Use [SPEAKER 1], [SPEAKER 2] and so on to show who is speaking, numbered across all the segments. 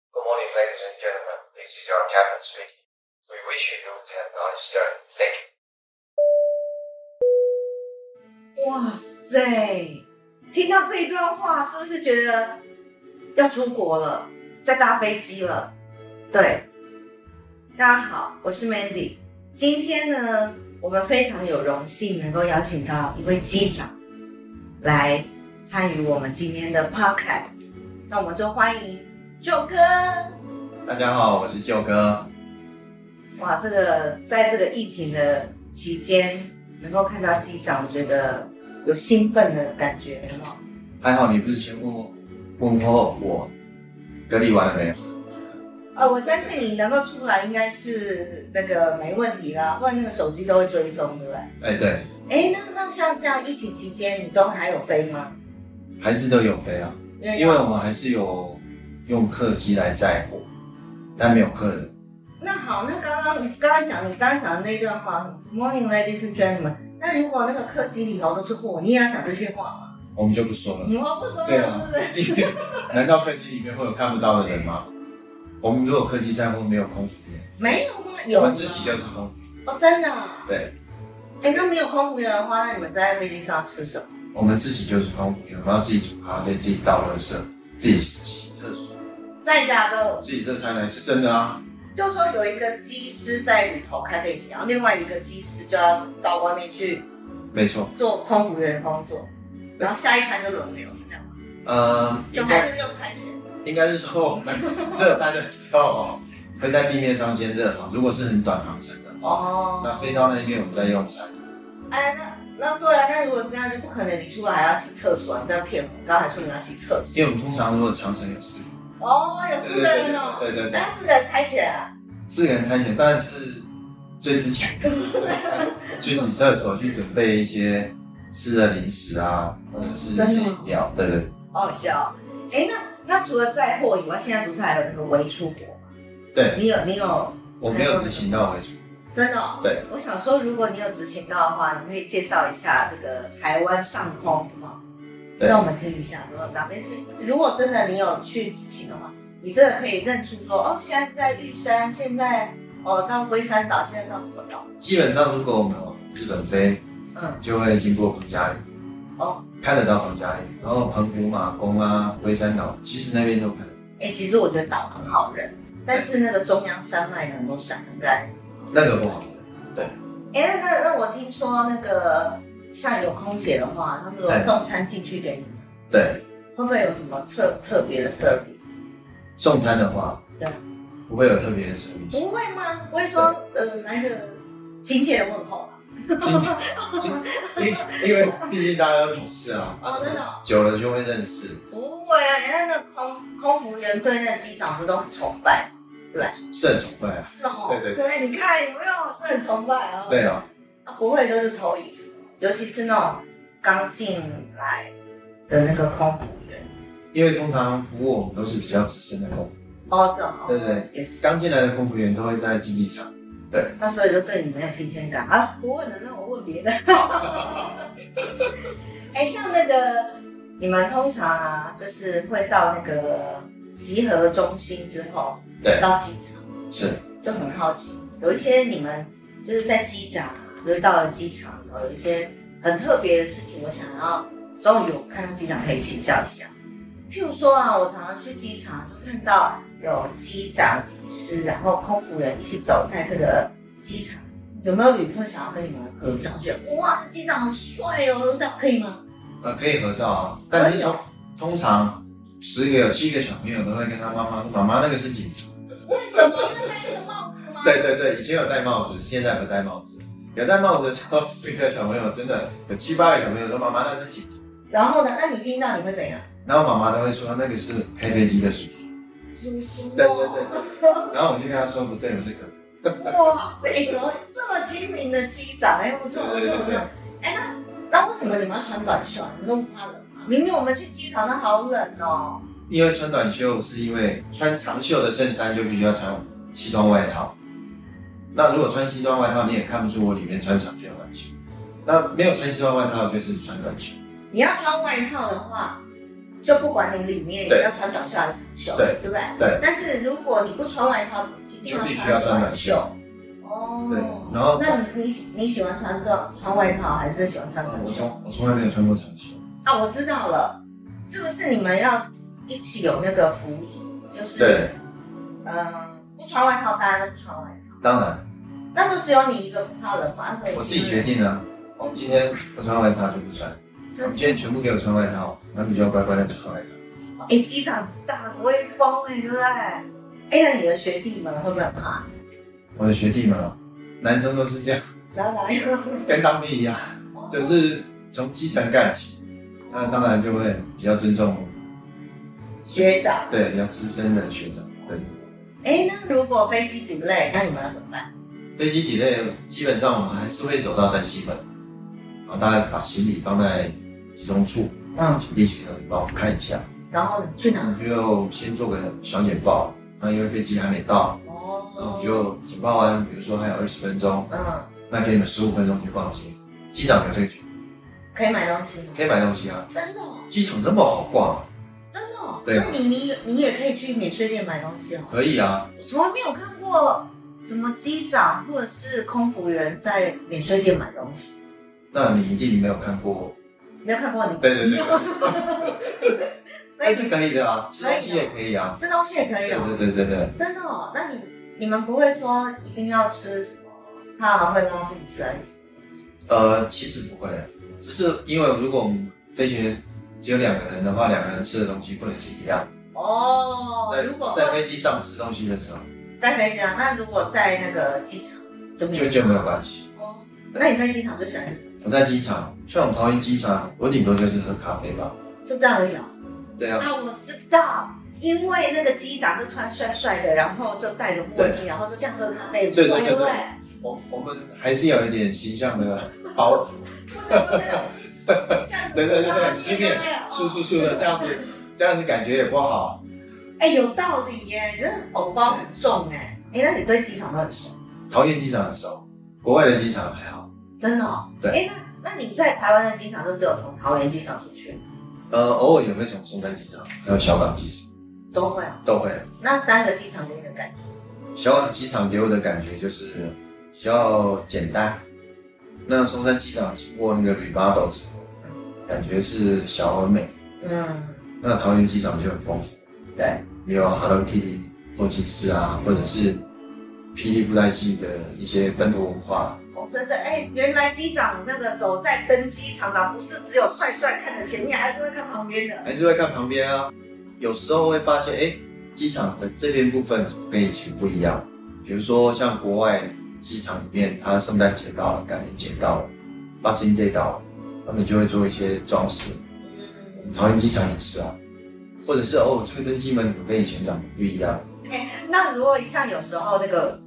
[SPEAKER 1] Ladies and gentlemen, this is our captain speaking. We wish you to have a nice day. Thank you.
[SPEAKER 2] 哇塞！听到这一段话，是不是觉得要出国了，在搭飞机了？对，大家好，我是 Mandy。今天呢，我们非常有荣幸能够邀请到一位机长来参与我们今天的 Podcast。那我们就欢迎九哥。
[SPEAKER 3] 大家好，我是舅哥。
[SPEAKER 2] 哇，这个在这个疫情的期间，能够看到机长，我觉得有兴奋的感觉，有没有
[SPEAKER 3] 还好你不是先问我问候我隔离完了没有？
[SPEAKER 2] 呃，我相信你能够出来，应该是那个没问题啦，不然那个手机都会追踪，对不对？
[SPEAKER 3] 哎、对，
[SPEAKER 2] 哎，那那像这样疫情期间，你都还有飞吗？
[SPEAKER 3] 还是都有飞啊，
[SPEAKER 2] 因为
[SPEAKER 3] 因为我们还是有用客机来载货，但没有客人。
[SPEAKER 2] 那好，那刚刚你刚刚讲你刚刚讲的那一段话，Good morning, ladies and gentlemen。那如果那个客机里头都是货，你也要讲这些话吗？
[SPEAKER 3] 我们就不说了。
[SPEAKER 2] 你们不说
[SPEAKER 3] 对
[SPEAKER 2] 了，
[SPEAKER 3] 啊
[SPEAKER 2] 是不是？
[SPEAKER 3] 因为难道客机里面会有看不到的人吗？我们如果客机载货没有空服员，
[SPEAKER 2] 没有吗？有
[SPEAKER 3] 我
[SPEAKER 2] 吗
[SPEAKER 3] 们自己就是空服员。
[SPEAKER 2] 哦，真的啊。
[SPEAKER 3] 对，
[SPEAKER 2] 哎，那没有空服员的话，那你们在飞机上吃什么？
[SPEAKER 3] 我们自己就是空服员，我们要自己煮咖啡，自己倒垃圾，自己洗厕所，
[SPEAKER 2] 在家都
[SPEAKER 3] 自己热餐来吃，真的啊。
[SPEAKER 2] 就说有一个机师在里头开飞机，然后另外一个机师就要到外面去
[SPEAKER 3] 没错，
[SPEAKER 2] 做空服员的工作，然后下一餐就轮流，是这样吗？
[SPEAKER 3] 呃，
[SPEAKER 2] 就
[SPEAKER 3] 应该
[SPEAKER 2] 还是用餐权。
[SPEAKER 3] 应该是说我们热餐的时候哦，会在地面上先热好，如果是很短航程的哦，
[SPEAKER 2] 哦
[SPEAKER 3] 那飞到那边我们再用餐。
[SPEAKER 2] 哎，那那对啊，那如果是这样，就不可能你出来还要洗厕所，你不要骗我。你刚才说你要洗厕所。
[SPEAKER 3] 因为我们通常如果长程有四个，
[SPEAKER 2] 哦，有四个人哦，
[SPEAKER 3] 对对对对对对
[SPEAKER 2] 那四个人猜拳啊。
[SPEAKER 3] 四个人参选，但是最之前去洗厕所，去准备一些吃的零食啊，或者是一些饮料，对对。对
[SPEAKER 2] 好好笑、哦。哎，那那除了载货以外，现在不是还有那个微出国吗？
[SPEAKER 3] 对，
[SPEAKER 2] 你有你有
[SPEAKER 3] 我没有执行到为主。
[SPEAKER 2] 真的、哦？
[SPEAKER 3] 对。
[SPEAKER 2] 我想说，如果你有执行到的话，你可以介绍一下这个台湾上空吗？
[SPEAKER 3] 对
[SPEAKER 2] 让我们听一下，说哪边是？如果真的你有去执勤的话，你真的可以认出说，哦，现在是在玉山，现在哦到龟山岛，现在到什么岛？
[SPEAKER 3] 基本上如果我们往日本飞，
[SPEAKER 2] 嗯，
[SPEAKER 3] 就会经过彭佳屿，
[SPEAKER 2] 哦，
[SPEAKER 3] 看得到彭佳屿，然后澎湖马公啊、龟山岛，其实那边都看得到。
[SPEAKER 2] 哎，其实我觉得岛很好认，但是那个中央山脉很多山很干。
[SPEAKER 3] 那个不好的。
[SPEAKER 2] 哎，那那那我听说那个像有空姐的话，他们如果
[SPEAKER 3] 哎
[SPEAKER 2] 送餐进去给你们，
[SPEAKER 3] 对，
[SPEAKER 2] 会不会有什么特特别的 service？
[SPEAKER 3] 送餐的话，
[SPEAKER 2] 对，
[SPEAKER 3] 不会有特别的 service。
[SPEAKER 2] 不会吗？不会说呃来个亲切的问候啊？
[SPEAKER 3] 今今因因为毕竟大家都同事 啊，
[SPEAKER 2] 哦，真的哦、
[SPEAKER 3] 久了就会认识，
[SPEAKER 2] 不会啊！人家那个空空服员对那个机长不都很崇拜？
[SPEAKER 3] 是很崇拜啊。
[SPEAKER 2] 是哦，
[SPEAKER 3] 对对
[SPEAKER 2] 你看有没有是很崇拜啊？
[SPEAKER 3] 对啊，
[SPEAKER 2] 啊，不会就是投以什么，尤其是那种刚进来的那个空服员。
[SPEAKER 3] 因为通常服务我们都是比较资深的空服，
[SPEAKER 2] 哦，是哦，
[SPEAKER 3] 对对，
[SPEAKER 2] 也是。
[SPEAKER 3] 刚进来的空服员都会在竞技场。
[SPEAKER 2] 那所以就对你没有新鲜感啊？不问了，那我问别 的。哎、像那个你们通常啊，就是会到那个集合中心之后，
[SPEAKER 3] 对
[SPEAKER 2] 到机场
[SPEAKER 3] 是，
[SPEAKER 2] 就很好奇，有一些你们就是在机长啊，就是到了机场有一些很特别的事情，我想要终于我看到机长可以请教一下。譬如说啊，我常常去机场就看到有机长、机师，然后空服员一起走在这个机场，有没有旅客想要跟你们合照？觉得哇，这机长好帅哦，这样可以吗？
[SPEAKER 3] 呃，可以合照啊，但
[SPEAKER 2] 可
[SPEAKER 3] 是
[SPEAKER 2] 以
[SPEAKER 3] 通
[SPEAKER 2] 哦
[SPEAKER 3] 通常十个有七个小朋友都会跟他妈妈说，妈妈那个是警察。
[SPEAKER 2] 为什么？因为戴那个帽子吗？
[SPEAKER 3] 对对对，以前有戴帽子，现在不戴帽子。有戴帽子的时候，十个小朋友真的有七八个小朋友说，妈妈那是警察。
[SPEAKER 2] 然后呢？那你听到你会怎样？
[SPEAKER 3] 然后妈妈都会说那个是开飞机的叔叔，
[SPEAKER 2] 叔叔、哦，
[SPEAKER 3] 对对对。然后我就跟她说不对，我是哥。
[SPEAKER 2] 哇塞，怎么会这么亲民的机长？哎，不错不错不错。哎，那那为什么你们要穿短袖啊？你们都不怕冷吗？明明我们去机场，那好冷哦。
[SPEAKER 3] 因为穿短袖是因为穿长袖的衬衫就必须要穿西装外套。那如果穿西装外套，你也看不出我里面穿长袖短袖。那没有穿西装外套就是穿短袖，
[SPEAKER 2] 你要穿外套的话，就不管你里面
[SPEAKER 3] 对
[SPEAKER 2] 要穿短袖还是长袖，
[SPEAKER 3] 对
[SPEAKER 2] 对不对？
[SPEAKER 3] 对
[SPEAKER 2] 但是如果你不穿外套，一定
[SPEAKER 3] 就
[SPEAKER 2] 要
[SPEAKER 3] 必须要穿短
[SPEAKER 2] 短
[SPEAKER 3] 袖。。
[SPEAKER 2] 哦，
[SPEAKER 3] 对，然后
[SPEAKER 2] 那你你喜你喜欢穿这种穿外套，还是喜欢穿
[SPEAKER 3] 呃
[SPEAKER 2] 短
[SPEAKER 3] 我
[SPEAKER 2] 袖？
[SPEAKER 3] 从我从来没有穿过长袖。
[SPEAKER 2] 啊，我知道了，是不是你们要一起有那个服仪？就是
[SPEAKER 3] 对，
[SPEAKER 2] 嗯，不穿外套，大家都不穿外套。
[SPEAKER 3] 当然
[SPEAKER 2] 那时候只有你一个不怕冷吗？
[SPEAKER 3] 我自己决定啊。我今天不穿外套就不穿，
[SPEAKER 2] 定
[SPEAKER 3] 你今天全部给我穿外套，那你就要乖乖的穿外套。
[SPEAKER 2] 哎、机场大威风哎、对不对？哎、那你的学弟们会不会很怕？
[SPEAKER 3] 我的学弟们啊，男生都是这样，
[SPEAKER 2] 来来，
[SPEAKER 3] 跟当兵一样，就是从基层干起。那当然就会比较尊重，
[SPEAKER 2] 学长。
[SPEAKER 3] 对比较资深的学长。对，
[SPEAKER 2] 哎、那如果飞机 delay，那你们要怎么办？
[SPEAKER 3] 飞机 delay 基本上我们还是会走到登机门，然后大概把行李放在集中处，
[SPEAKER 2] 嗯，
[SPEAKER 3] 请地勤人帮我们看一下。
[SPEAKER 2] 然后你去
[SPEAKER 3] 我
[SPEAKER 2] 哪？
[SPEAKER 3] 们就先做个小简报，那因为飞机还没到，那我
[SPEAKER 2] 哦
[SPEAKER 3] 们，就简报完，比如说还有二十分钟，
[SPEAKER 2] 嗯，
[SPEAKER 3] 那给你们十五分钟去逛街。机场有这个权利，
[SPEAKER 2] 可以买东西吗？
[SPEAKER 3] 可以买东西啊。
[SPEAKER 2] 真的、哦，
[SPEAKER 3] 机场这么好逛啊，
[SPEAKER 2] 真的、哦。
[SPEAKER 3] 对
[SPEAKER 2] 所以你你你也可以去免税店买东西哦。
[SPEAKER 3] 可以啊。
[SPEAKER 2] 我从来没有看过什么机长或者是空服员在免税店买东西，
[SPEAKER 3] 那你一定没有看过，
[SPEAKER 2] 没有看过你。
[SPEAKER 3] 对对对，
[SPEAKER 2] 所
[SPEAKER 3] 但
[SPEAKER 2] 以
[SPEAKER 3] 是可以的啊，吃东西也可以啊。
[SPEAKER 2] 吃东西也可以
[SPEAKER 3] 对
[SPEAKER 2] 哦。
[SPEAKER 3] 对对对对，
[SPEAKER 2] 真的哦？那你你们不会说一定要吃什么怕会拉肚子啊？
[SPEAKER 3] 呃，其实不会，只是因为如果我们飞行员只有两个人的话，两个人吃的东西不能是一样。
[SPEAKER 2] 哦
[SPEAKER 3] 在
[SPEAKER 2] 如果
[SPEAKER 3] 在
[SPEAKER 2] 会
[SPEAKER 3] 飞机上吃东西的时候，
[SPEAKER 2] 在飞机上，那如果在那个机场就没有
[SPEAKER 3] 就就没有关系。
[SPEAKER 2] 哦。那你在机场最喜欢吃什么？
[SPEAKER 3] 我在机场，像我们桃园机场，我顶多就是喝咖啡吧。
[SPEAKER 2] 就这样而已哦。
[SPEAKER 3] 对啊，
[SPEAKER 2] 啊，我知道。因为那个机长就穿帅帅的，然后就戴着墨镜，然后就这样喝咖啡，很帅，
[SPEAKER 3] 对对对对
[SPEAKER 2] 不对？
[SPEAKER 3] 我我们还是有一点形象的包袱，
[SPEAKER 2] 不能够这样，这样子
[SPEAKER 3] 对对对
[SPEAKER 2] 喝咖
[SPEAKER 3] 对，
[SPEAKER 2] 啡
[SPEAKER 3] 吃面
[SPEAKER 2] 对哦
[SPEAKER 3] 舒舒舒的这样 子，这样子感觉也不好。
[SPEAKER 2] 哎，有道理耶，你这偶包很重哎。哎，那你对机场都很熟？
[SPEAKER 3] 桃园机场很熟，国外的机场还好。
[SPEAKER 2] 真的、哦？
[SPEAKER 3] 对
[SPEAKER 2] 哎，那那你在台湾的机场都只有从桃园机场出去，
[SPEAKER 3] 呃，偶尔也会从松山机场还有小港机场
[SPEAKER 2] 都会啊、
[SPEAKER 3] 都会。
[SPEAKER 2] 那三个机场给你的感觉？
[SPEAKER 3] 小港机场给我的感觉就是比较简单。那松山机场经过那个 remodel 之后，感觉是小而美。
[SPEAKER 2] 嗯，
[SPEAKER 3] 那桃园机场就很丰富。
[SPEAKER 2] 对，
[SPEAKER 3] 也有啊 Hello Kitty 后骑士啊，或者是霹雳布袋戏的一些本土文化。
[SPEAKER 2] 哦，真的，哎，原来机长那个走在登机场啊，不是只有帅帅看着前面，还是会看旁边的。
[SPEAKER 3] 还是会看旁边啊，有时候会发现，哎、机场的这边部分跟以前不一样。比如说像国外机场里面，它圣诞节到了，感恩节到了，Boxing Day 到了，他们就会做一些装饰。
[SPEAKER 2] 嗯，
[SPEAKER 3] 桃园机场也是啊，或者是哦，这个登机门怎么跟以前长得不一样？
[SPEAKER 2] 那如果像有时候那个，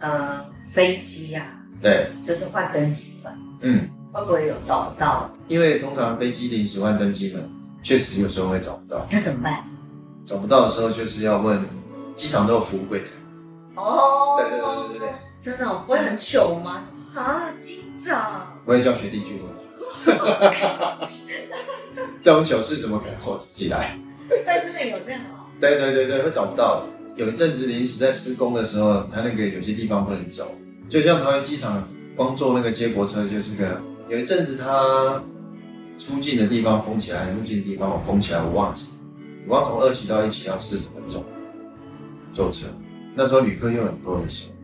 [SPEAKER 2] 呃，飞机呀、
[SPEAKER 3] 对，
[SPEAKER 2] 就是换登机吧，
[SPEAKER 3] 嗯，
[SPEAKER 2] 会不会有找不到？
[SPEAKER 3] 因为通常飞机临时换登机门，确实有时候会找不到。
[SPEAKER 2] 那怎么办？
[SPEAKER 3] 找不到的时候，就是要问机场都有服务柜台。
[SPEAKER 2] 哦，
[SPEAKER 3] 对对对对对对，
[SPEAKER 2] 真的、哦、不会很糗吗？啊，机长。
[SPEAKER 3] 我也叫学弟去问。这种糗事怎么可能我自己来？
[SPEAKER 2] 所以真的有这样哦。
[SPEAKER 3] 对对对对，会找不到的。有一阵子临时在施工的时候，它那个有些地方不能走，就像桃园机场光坐那个接驳车就是个，有一阵子它出境的地方封起来，入境的地方我封起来，我忘记，我光从二期到一期要四十分钟坐车，那时候旅客又很多的时候，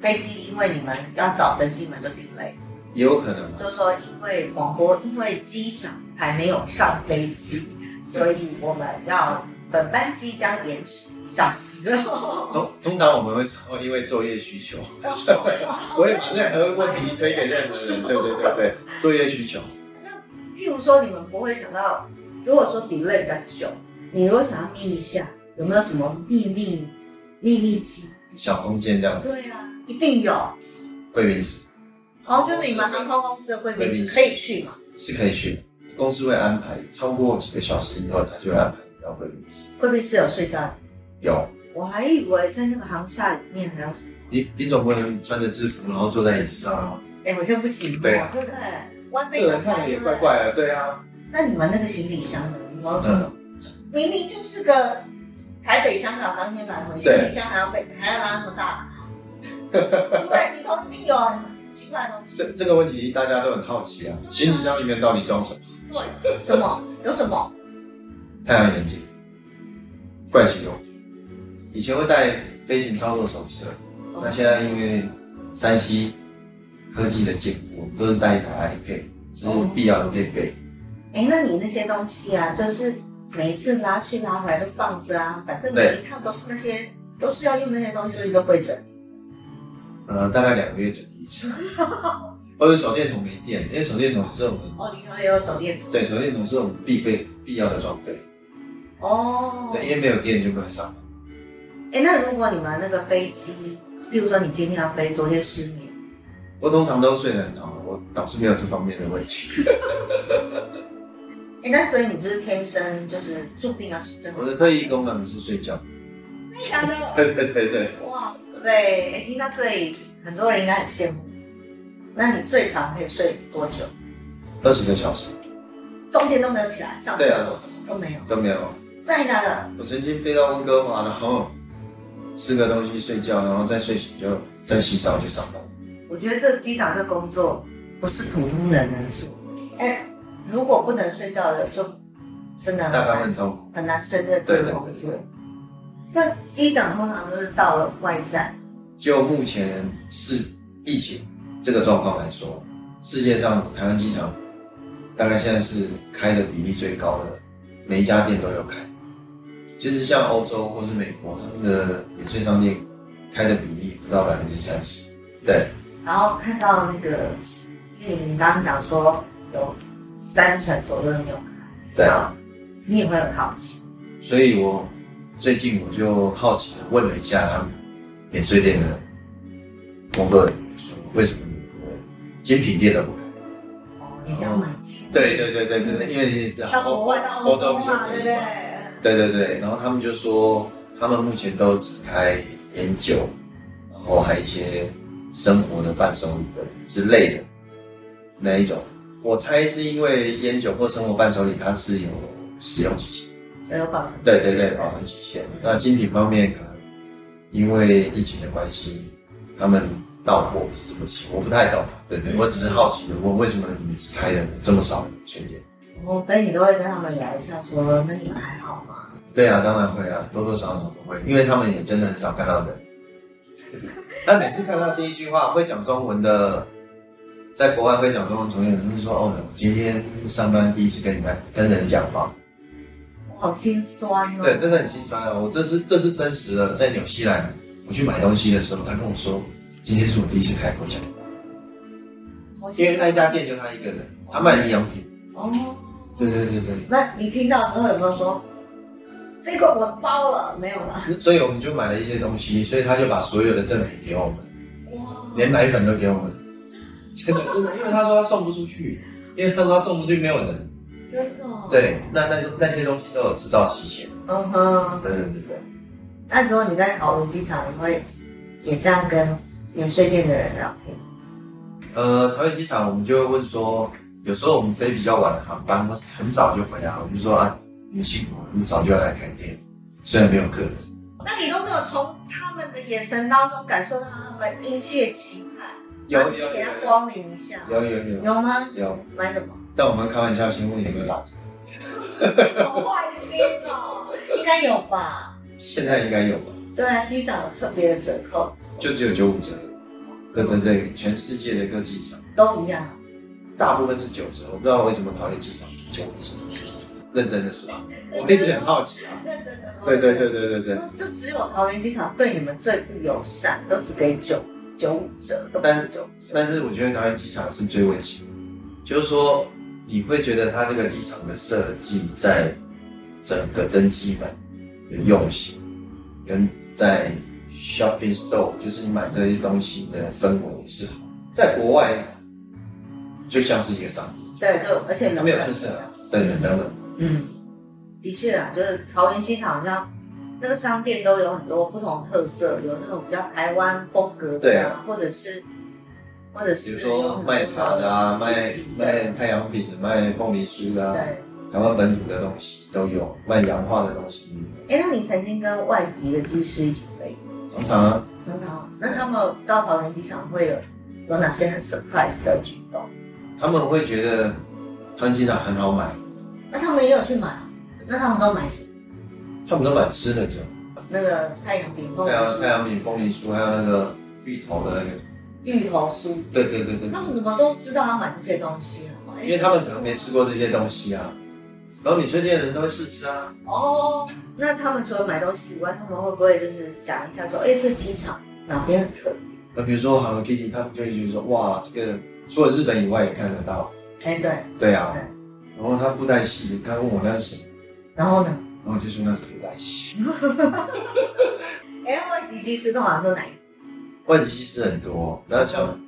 [SPEAKER 2] 飞机因为你们要早登机门就定位，
[SPEAKER 3] 也有可能啊
[SPEAKER 2] 就说因为广播，因为机长还没有上飞机，所以我们要本班机将延迟一小时。
[SPEAKER 3] 通通常我们会说，因为作业需求，
[SPEAKER 2] 哦
[SPEAKER 3] 不会把任何问题推给任何人。对对对对，作业需求。
[SPEAKER 2] 譬如说，你们不会想到，如果说 delay 比较久，你如果想要眯一下，有没有什么秘密秘密机？
[SPEAKER 3] 小空间这样子，
[SPEAKER 2] 对啊，一定有。
[SPEAKER 3] 贵宾室
[SPEAKER 2] 哦，就是你们航空公司的贵宾室可以去嘛？
[SPEAKER 3] 是可以去的，公司会安排，超过几个小时以后，他就会安排你到贵宾室。
[SPEAKER 2] 贵宾室有睡觉的，
[SPEAKER 3] 有，
[SPEAKER 2] 我还以为在那个航厦里面还要
[SPEAKER 3] 你你总不能穿着制服，然后坐在椅子上啊，
[SPEAKER 2] 哎、我就不行，
[SPEAKER 3] 对
[SPEAKER 2] 对不对？弯
[SPEAKER 3] 这
[SPEAKER 2] 飞
[SPEAKER 3] 个人看着也怪。怪的。对啊，
[SPEAKER 2] 那你们那个行李箱呢？你们
[SPEAKER 3] 嗯，
[SPEAKER 2] 明明就是个台北、香港当天来回，行
[SPEAKER 3] 对
[SPEAKER 2] 李箱还要背，还要拉那么 大，因为里头一定有很奇怪的东西。
[SPEAKER 3] 这这个问题大家都很好奇啊，行李箱里面到底装什么？
[SPEAKER 2] 对，什么有什么？
[SPEAKER 3] 太阳眼镜、盥洗用具，以前会带飞行操作手册，
[SPEAKER 2] 哦
[SPEAKER 3] 那现在因为山西科技的进步，我们都是带一台 iPad，就是必要的配备。
[SPEAKER 2] 哎，那你那些东西啊，就是每一次拉去拉回来都放着啊，反正
[SPEAKER 3] 对
[SPEAKER 2] 每一趟都是那些，都是要用那些东西，所以你都不会整。
[SPEAKER 3] 呃，大概两个月整理一 次，或者手电筒没电，因为手电筒是我们
[SPEAKER 2] 哦，你头也有手电筒。
[SPEAKER 3] 对手电筒是我们必备必要的装备，
[SPEAKER 2] 哦。
[SPEAKER 3] 对，因为没有电就不能上班。
[SPEAKER 2] 哎，那如果你们那个飞机，例如说你今天要飞，昨天失眠，
[SPEAKER 3] 我通常都睡得很好，我倒是没有这方面的问 题。
[SPEAKER 2] 哎，那所以你就是天生就是注定要吃这
[SPEAKER 3] 我
[SPEAKER 2] 个。
[SPEAKER 3] 的特异功能是睡觉。
[SPEAKER 2] 真的假的？
[SPEAKER 3] 对对对对，
[SPEAKER 2] 哇塞！哎听到这里，很多人应该很羡慕。那你最长可以睡多久？
[SPEAKER 3] 二十个小时
[SPEAKER 2] 中间都没有起来上厕
[SPEAKER 3] 对啊
[SPEAKER 2] 所，什么都没有，
[SPEAKER 3] 都没有。
[SPEAKER 2] 真的假的？
[SPEAKER 3] 我曾经飞到温哥华，然后吃个东西睡觉，然后再睡醒就再洗澡就上班。
[SPEAKER 4] 我觉得这机长这工作不是普通人能做。
[SPEAKER 2] 哎，如果不能睡觉的，就真的很
[SPEAKER 3] 大概
[SPEAKER 2] 难
[SPEAKER 3] 很痛苦。
[SPEAKER 2] 很难胜任
[SPEAKER 3] 对
[SPEAKER 2] 这
[SPEAKER 3] 对
[SPEAKER 2] 个
[SPEAKER 3] 对
[SPEAKER 2] 工作。像机长通常都是到了外站，
[SPEAKER 3] 就目前是疫情这个状况来说，世界上台湾机场大概现在是开的比例最高的，每一家店都有开。其实像欧洲或是美国，他们的免税商店开的比例不到百分之三十。对，
[SPEAKER 2] 然后看到那个，因为你刚刚讲说有三成左右的没有开，
[SPEAKER 3] 对
[SPEAKER 2] 啊，你也会很好奇。
[SPEAKER 3] 所以我最近我就好奇的问了一下他们免税店的工作人员说，为什么你们精品店都不开？
[SPEAKER 2] 你想买钱，
[SPEAKER 3] 对对对对对对，因为你也知道
[SPEAKER 2] 到国外到欧洲嘛，哦对不对？
[SPEAKER 3] 对对对，然后他们就说，他们目前都只开烟酒，然后还有一些生活的伴手礼的之类的那一种。我猜是因为烟酒或生活伴手礼它是有使用期限，
[SPEAKER 2] 所以有保存。
[SPEAKER 3] 对对对，哦保存期限。那精品方面可能因为疫情的关系，他们到货不是这么勤，我不太懂。对对，我只是好奇的问，为什么你们只开了这么少的全店？
[SPEAKER 2] 哦，所以你都会跟他们聊一下，说那你们还好吗？
[SPEAKER 3] 对啊，当然会啊，多多少少都会，因为他们也真的很少看到人。 他每次看到第一句话会讲中文的，在国外会讲中文的同学，他们说：“哦，我今天上班第一次跟你来跟人讲话。
[SPEAKER 2] 我好心酸”哦。
[SPEAKER 3] 对，真的很心酸啊！我这是这是真实的，在纽西兰我去买东西的时候，他跟我说：“今天是我第一次开口讲，
[SPEAKER 2] 好心
[SPEAKER 3] 因
[SPEAKER 2] 酸
[SPEAKER 3] 为那家店就他一个人，他卖营养品。
[SPEAKER 2] 哦，”
[SPEAKER 3] 对对对对
[SPEAKER 2] 那你听到之后有没有说这个我包了没有了？
[SPEAKER 3] 对，所以我们就买了一些东西，所以他就把所有的赠品给我们。
[SPEAKER 2] 哇，
[SPEAKER 3] 连奶粉都给我们， 真的真的，因为他说他送不出去，因为他说他送不出去没有人。
[SPEAKER 2] 真的、哦。。
[SPEAKER 3] 对，那那那些东西都有制造期限。
[SPEAKER 2] 嗯哼。
[SPEAKER 3] 对对对对，
[SPEAKER 2] 那如果你在考卢机场，你会也这样跟免税店的人聊天？
[SPEAKER 3] 呃，桃园机场我们就会问说，有时候我们飞比较晚的航班，或是很早就回来，我们就说啊，你们辛苦了，你们早就要来开店，虽然没有客人。
[SPEAKER 4] 那你都没有从他们的眼神当中感受到他们殷切期盼，
[SPEAKER 3] 有
[SPEAKER 2] 那
[SPEAKER 3] 有
[SPEAKER 2] 你是
[SPEAKER 3] 有
[SPEAKER 2] 给他光临一下，
[SPEAKER 3] 有有有
[SPEAKER 2] 有吗？
[SPEAKER 3] 有，
[SPEAKER 2] 买什么？
[SPEAKER 3] 但我们开玩笑先问有没有打折，
[SPEAKER 2] 好坏心哦， 应该有吧？
[SPEAKER 3] 现在应该有吧，
[SPEAKER 2] 对啊，机长有特别的折扣，
[SPEAKER 3] 就只有九五折。对对对，全世界的各机场。
[SPEAKER 2] 都一样。
[SPEAKER 3] 大部分是九折，我不知道为什么讨厌机场九折。认真的说，我一直很好奇啊。
[SPEAKER 2] 认真的说，
[SPEAKER 3] 对对对对对对，
[SPEAKER 2] 就只有桃园机场对你们最不友善，都只给九九五折，都不
[SPEAKER 3] 但
[SPEAKER 2] 是九折。
[SPEAKER 3] 但是我觉得桃园机场是最温馨的，就是说你会觉得它这个机场的设计在整个登机门的用心，跟在 shopping store 就是你买这些东西的氛围也是好。在国外啊就像是一个商品，
[SPEAKER 2] 对，就而且冷
[SPEAKER 3] 没有特
[SPEAKER 2] 冷
[SPEAKER 3] 色啊
[SPEAKER 2] 的，
[SPEAKER 3] 等等等等。
[SPEAKER 2] 嗯，的确啊，就是桃园机场好像那个商店都有很多不同特色，有那种比较台湾风格
[SPEAKER 3] 对
[SPEAKER 2] 的、
[SPEAKER 3] 啊
[SPEAKER 2] 或者是或者
[SPEAKER 3] 比
[SPEAKER 2] 是
[SPEAKER 3] 如说卖茶的啊，卖
[SPEAKER 2] 主题的
[SPEAKER 3] 卖太阳饼的，卖凤梨酥的、啊，
[SPEAKER 2] 对，
[SPEAKER 3] 台湾本土的东西都有，卖洋化的东西
[SPEAKER 2] 哎，那你曾经跟外籍的技师一起飞，
[SPEAKER 3] 常常啊，
[SPEAKER 2] 很好。那他们到桃园机场会有有哪些很 surprise 的举动？
[SPEAKER 3] 他们会觉得桃园机场很好买，
[SPEAKER 2] 那他们也有去买啊，那他们都买什么？
[SPEAKER 3] 他们都买吃的比较多，
[SPEAKER 2] 那个太阳饼、凤
[SPEAKER 3] 太
[SPEAKER 2] 梨
[SPEAKER 3] 阳太
[SPEAKER 2] 酥、
[SPEAKER 3] 阳饼、凤梨酥，还有那个芋头的那个，
[SPEAKER 2] 芋头酥，
[SPEAKER 3] 对对对对，
[SPEAKER 2] 他们怎么都知道要买这些东西啊？哎
[SPEAKER 3] 因为他们可能没吃过这些东西啊，然后你推荐的人都会试吃啊，
[SPEAKER 2] 哦，那他们除了买东西以外，他们会不会就是讲一下说，哎、这机场哪边很特
[SPEAKER 3] 那比如说 Hello Kitty，他们就会觉得说哇，这个除了日本以外也看得到，
[SPEAKER 2] 别？哎、对，
[SPEAKER 3] 对啊，然后他布袋戏，他问我那是什么，
[SPEAKER 2] 然后呢？
[SPEAKER 3] 然后我就说那是布袋戏，
[SPEAKER 2] 哎、外籍机师通常说哪一个？
[SPEAKER 3] 外籍技师很多，然后像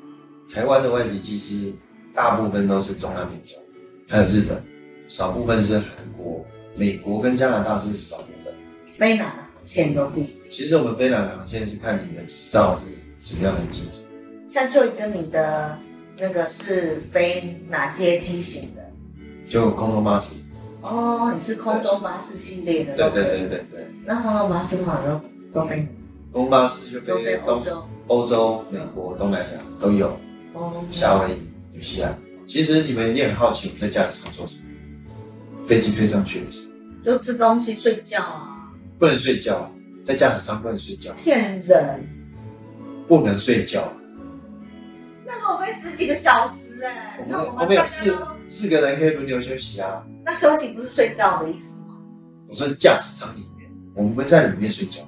[SPEAKER 3] 台湾的外籍技师大部分都是中南美洲，还有日本，少部分是韩国、美国跟加拿大是少部分。
[SPEAKER 2] 飞哪的线都不一样
[SPEAKER 3] 其实我们飞南航线是看你的执照是什么样的机制，
[SPEAKER 2] 像 Joy 跟你的那个是飞哪些机型的？
[SPEAKER 3] 就空中巴士。
[SPEAKER 2] 哦，你是空中巴士系列的，
[SPEAKER 3] 对
[SPEAKER 2] 都
[SPEAKER 3] 对
[SPEAKER 2] 可以
[SPEAKER 3] 对对对，
[SPEAKER 2] 那空中巴士通常都都飞
[SPEAKER 3] 空中巴士就
[SPEAKER 2] 都飞
[SPEAKER 3] 飞
[SPEAKER 2] 欧
[SPEAKER 3] 东
[SPEAKER 2] 洲。
[SPEAKER 3] 欧洲、美国、东南亚都有，
[SPEAKER 2] 哦，
[SPEAKER 3] 夏威夷、纽西兰。其实你们也很好奇我们在驾驶舱做什么，飞机飞上去的时候。
[SPEAKER 2] 就吃东西睡觉啊，
[SPEAKER 3] 不能睡觉，在驾驶舱不能睡觉，
[SPEAKER 2] 骗人！
[SPEAKER 3] 不能睡觉。
[SPEAKER 2] 那个我飞十几个小时哎、
[SPEAKER 3] 我
[SPEAKER 2] 那
[SPEAKER 3] 们
[SPEAKER 2] 我
[SPEAKER 3] 我
[SPEAKER 2] 们
[SPEAKER 3] 们
[SPEAKER 2] 大
[SPEAKER 3] 有
[SPEAKER 2] 家
[SPEAKER 3] 四
[SPEAKER 2] 都
[SPEAKER 3] 四个人可以轮流休息啊。
[SPEAKER 2] 那休息不是睡觉的意思吗？
[SPEAKER 3] 我说驾驶舱里面，我们会在里面睡觉，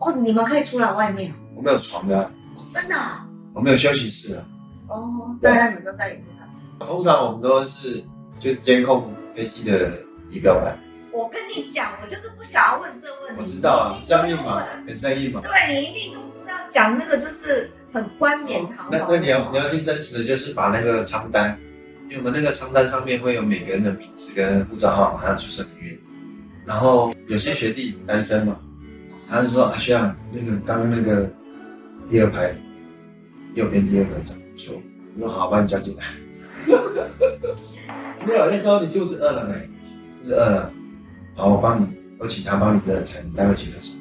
[SPEAKER 2] 哦，你们可以出来外面，哦
[SPEAKER 3] 我们有床的啊、
[SPEAKER 2] 真的啊、
[SPEAKER 3] 我们有休息室啊。
[SPEAKER 2] 哦，
[SPEAKER 3] 对
[SPEAKER 2] 大家你们都在里面啊。
[SPEAKER 3] 通常我们都是就监控飞机的仪表板，
[SPEAKER 5] 我跟你讲，我就是不想要问这个问题。
[SPEAKER 3] 我知道啊，
[SPEAKER 5] 你一定
[SPEAKER 3] 上
[SPEAKER 5] 会
[SPEAKER 3] 硬嘛
[SPEAKER 5] 问，
[SPEAKER 3] 很上硬嘛。
[SPEAKER 5] 对你一定都是要讲那个，就是很冠冕堂皇
[SPEAKER 3] 那
[SPEAKER 5] 的
[SPEAKER 3] 那你要你要听真实的，就是把那个舱单，因为我们那个舱单上面会有每个人的名字跟护照号码、还有出生年月。然后有些学弟男生嘛，他就说啊学长，那个刚刚那个第二排右边第二个长得不错，我说好，把你叫进来。 没有，那时候你肚子饿了没？肚子饿了，好，我帮你，我请他帮你热餐，你待会请他吃。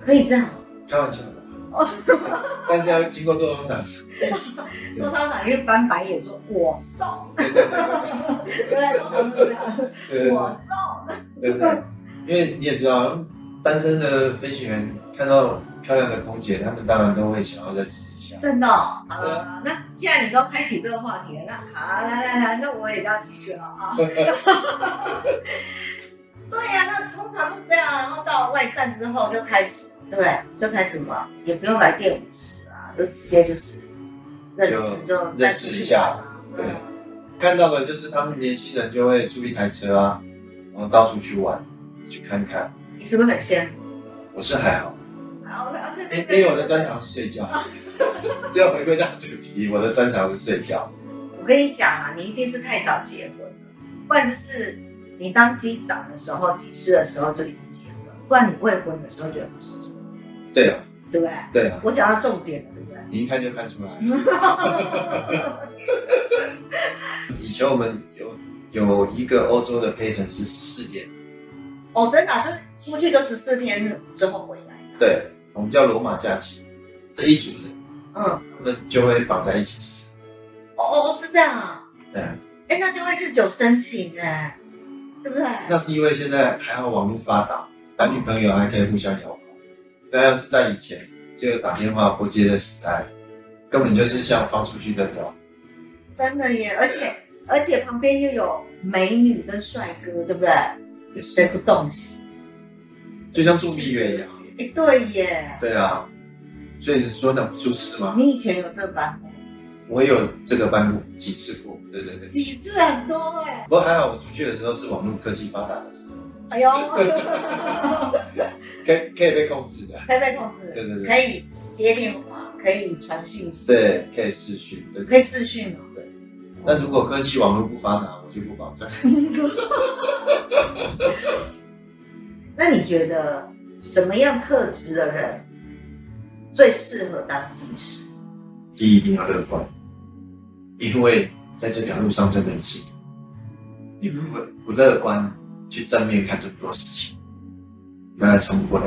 [SPEAKER 2] 可以这样，
[SPEAKER 3] 开玩笑的， 但是要经过做工长。
[SPEAKER 5] 做操场就翻白眼说：“我送。
[SPEAKER 3] 对对对对”
[SPEAKER 5] 对，通常都这样。
[SPEAKER 3] 对对
[SPEAKER 5] 我
[SPEAKER 3] 对对对，因为你也知道，单身的飞行员看到漂亮的空姐，他们当然都会想要认识一下。
[SPEAKER 2] 真的哦、
[SPEAKER 5] 好了，那既然你都开启这个话题了，那好，来来来，那我也要继续了啊。
[SPEAKER 2] 对呀、那通常都这样，然后到外站之后就开始，对不对？就开始什么，也不用来电五十啊，就直接就是认识就带
[SPEAKER 3] 认识一下
[SPEAKER 2] 出去玩啊
[SPEAKER 3] 对
[SPEAKER 2] 嗯
[SPEAKER 3] 看到的就是他们年轻人就会租一台车啊，然后到处去玩，去看看。
[SPEAKER 2] 你是不是很羡慕？
[SPEAKER 3] 我是还好，
[SPEAKER 5] 好，OK，OK，
[SPEAKER 3] 因
[SPEAKER 5] 啊对
[SPEAKER 3] 因为我的
[SPEAKER 5] 对
[SPEAKER 3] 专长是睡觉。 只要回归到主题，我的专长是睡觉。
[SPEAKER 5] 我跟你讲啊，你一定是太早结婚了，不然就是你当机长的时候、机师的时候就已经结婚了，不然你未婚的时候觉得不是这样，
[SPEAKER 3] 对啊，
[SPEAKER 2] 对不对？
[SPEAKER 3] 对啊，
[SPEAKER 2] 我讲到重点了，对不对？
[SPEAKER 3] 你一看就看出来。 以前我们有有一个欧洲的 pattern 是四点。
[SPEAKER 2] 哦，真的啊、就是出去就十四天之后回来。
[SPEAKER 3] 对，我们叫罗马假期，这一组人
[SPEAKER 2] 嗯，
[SPEAKER 3] 他们就会绑在一起吃。
[SPEAKER 2] 哦哦哦，是这样啊。
[SPEAKER 3] 对啊，
[SPEAKER 2] 哎，那就会日久生情哎，对不对？
[SPEAKER 3] 那是因为现在还好网络发达，男女朋友还可以互相遥控。那要是在以前，只有打电话拨接的时代，根本就是像放出去的鸟。
[SPEAKER 2] 真的耶，而
[SPEAKER 5] 而
[SPEAKER 2] 且
[SPEAKER 5] 且而且旁边又有
[SPEAKER 2] 美女跟帅哥，对不对？
[SPEAKER 3] 也
[SPEAKER 2] 谁
[SPEAKER 3] 是，
[SPEAKER 2] 不动心？
[SPEAKER 3] 就像度蜜月一样。
[SPEAKER 2] 哎，对耶，
[SPEAKER 3] 对啊，所以你说那种舒适吗？
[SPEAKER 2] 你以前有这班吗？
[SPEAKER 3] 我有这个班过几次过，对对对。
[SPEAKER 2] 几次很多哎，
[SPEAKER 3] 不过还好，我出去的时候是网络科技发达的时候，
[SPEAKER 2] 哎呦，
[SPEAKER 3] 可以可以被控制的。
[SPEAKER 2] 可以被控制，
[SPEAKER 3] 对对对
[SPEAKER 2] 可以接电话，可以传讯息，，
[SPEAKER 3] 对，可以视讯，对对对
[SPEAKER 2] 可以视讯哦。
[SPEAKER 3] 那如果科技网络不发达，我就不保证。
[SPEAKER 2] 那你觉得什么样特质的人最适合当技师？
[SPEAKER 3] 第一，一定要乐观，因为在这条路上真的很辛苦，你如果不乐观去正面看这么多事情，当然撑不过来。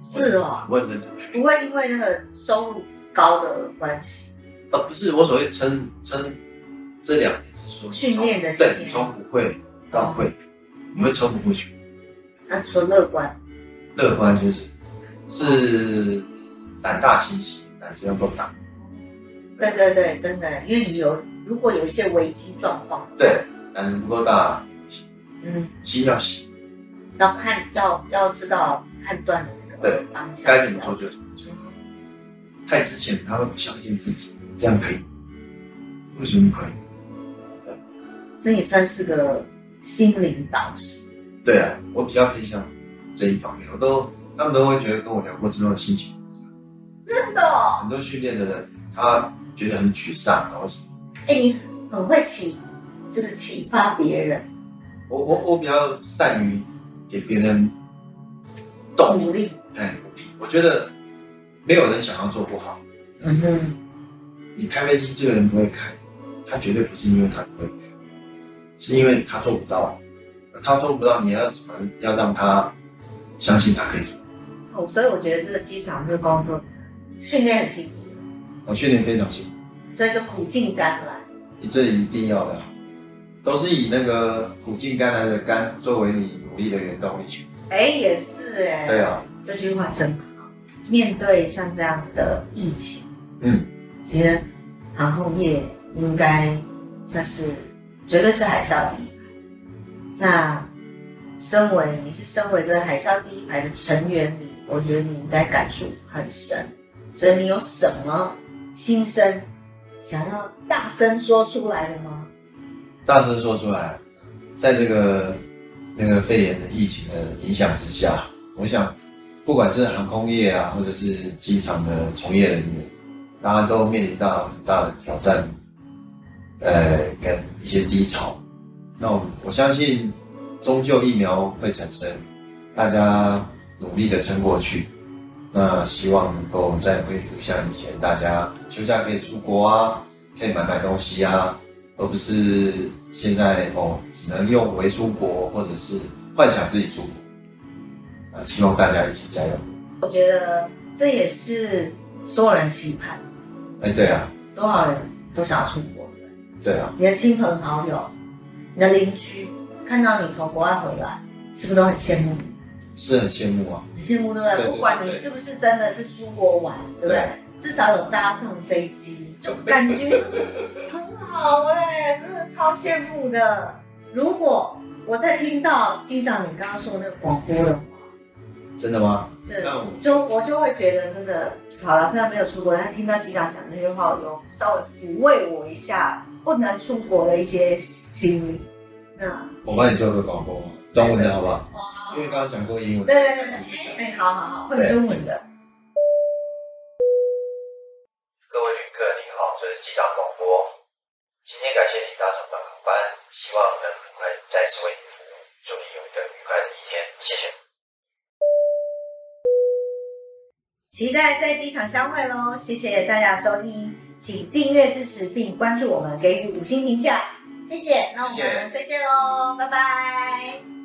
[SPEAKER 2] 是哦，
[SPEAKER 3] 我很认真。
[SPEAKER 2] 不会因为那个收入高的关系，
[SPEAKER 3] 呃，不是我所谓撑撑这两年是说
[SPEAKER 2] 训练的期间
[SPEAKER 3] 对，你从不会到会，你会撑不过去。
[SPEAKER 2] 那纯乐观，
[SPEAKER 3] 乐观就是是胆大心细，胆子要够大。
[SPEAKER 2] 对对对，真的，因为你有如果有一些危机状况，
[SPEAKER 3] 对，胆子不够大，
[SPEAKER 2] 嗯，
[SPEAKER 3] 心要细，
[SPEAKER 2] 要判要要知道判断的那个
[SPEAKER 3] 对
[SPEAKER 2] 方向，
[SPEAKER 3] 该怎么做就怎么做。太之前他会不相信自己，这样可以？为什么不可以？
[SPEAKER 2] 所以你算是个心灵导师，
[SPEAKER 3] 对啊，我比较偏向这一方面，我都他们都会觉得跟我聊过之后的心情，
[SPEAKER 2] 真的、哦，
[SPEAKER 3] 很多训练的人他觉得很沮丧，然后什么。
[SPEAKER 2] 哎，你很会启，就是启发别人，
[SPEAKER 3] 我我我比较善于给别人动力，
[SPEAKER 2] 鼓励，
[SPEAKER 3] 哎，我觉得没有人想要做不好。
[SPEAKER 2] 嗯哼，
[SPEAKER 3] 你开飞机，这个人不会开，他绝对不是因为他不会开，是因为他做不到。他做不到，你要怎么要让他相信他可以做？
[SPEAKER 6] 哦，所以我觉得这个机场这个工作，
[SPEAKER 2] 训练很辛苦，
[SPEAKER 3] 我训练非常辛苦，
[SPEAKER 2] 所以就苦尽甘来，
[SPEAKER 3] 你这一定要的，啊都是以那个苦尽甘来的甘作为你努力的原动力。
[SPEAKER 2] 哎，也是哎，
[SPEAKER 3] 对啊，
[SPEAKER 6] 这句话真好。面对像这样子的疫情，
[SPEAKER 3] 嗯，
[SPEAKER 2] 其实嗯航空业应该算是绝对是海啸第一排。那身为你是身为这个海啸第一排的成员里，我觉得你应该感触很深。所以你有什么心声想要大声说出来的吗？
[SPEAKER 3] 大声说出来，在这个那个肺炎的疫情的影响之下，我想，不管是航空业啊，或者是机场的从业人员，大家都面临到很大的挑战，呃，跟一些低潮。那我我相信，终究疫苗会产生，大家努力的撑过去。那希望能够再恢复像以前，大家休假可以出国啊，可以买买东西啊，而不是现在哦，只能用为出国或者是幻想自己出国。啊，希望大家一起加油！
[SPEAKER 2] 我觉得这也是所有人期盼，
[SPEAKER 3] 哎，对啊，
[SPEAKER 2] 多少人都想要出国。
[SPEAKER 3] 对啊，
[SPEAKER 2] 你的亲朋好友、你的邻居看到你从国外回来，是不是都很羡慕你？
[SPEAKER 3] 是很羡慕啊。
[SPEAKER 2] 很羡慕，对不
[SPEAKER 3] 对对
[SPEAKER 2] 对？
[SPEAKER 3] 对
[SPEAKER 2] 不管你是不是真的是出国玩，对不对
[SPEAKER 3] 对？
[SPEAKER 2] 至少有搭上飞机，
[SPEAKER 6] 就感觉很好哎、
[SPEAKER 2] 欸
[SPEAKER 6] 真的超羡慕的。
[SPEAKER 2] 如果我在听到机长你刚刚说那个广播的话，
[SPEAKER 3] 真的吗？
[SPEAKER 2] 对，
[SPEAKER 3] 那我
[SPEAKER 6] 就我就会觉得真的好了，虽然没有出国，但听到机长讲这些话，我有稍微抚慰我一下不能出国的一些心理。
[SPEAKER 2] 那
[SPEAKER 3] 我帮你做个广播，中文的好不好？
[SPEAKER 2] 哇
[SPEAKER 3] 因为
[SPEAKER 2] 对
[SPEAKER 3] 刚刚讲过英文，
[SPEAKER 2] 对对对，哎，好好好，会中文的，
[SPEAKER 1] 各位旅客您好，这是机长广播。今天感谢您搭乘本航班，希望能很快再次为您服务。祝您有一个愉快的一天，谢谢。
[SPEAKER 6] 期待在机场相会喽！谢谢大家的收听，请订阅支持并关注我们，给予五星评价。
[SPEAKER 2] 谢谢，那我
[SPEAKER 3] 谢谢
[SPEAKER 2] 们再见喽，拜拜。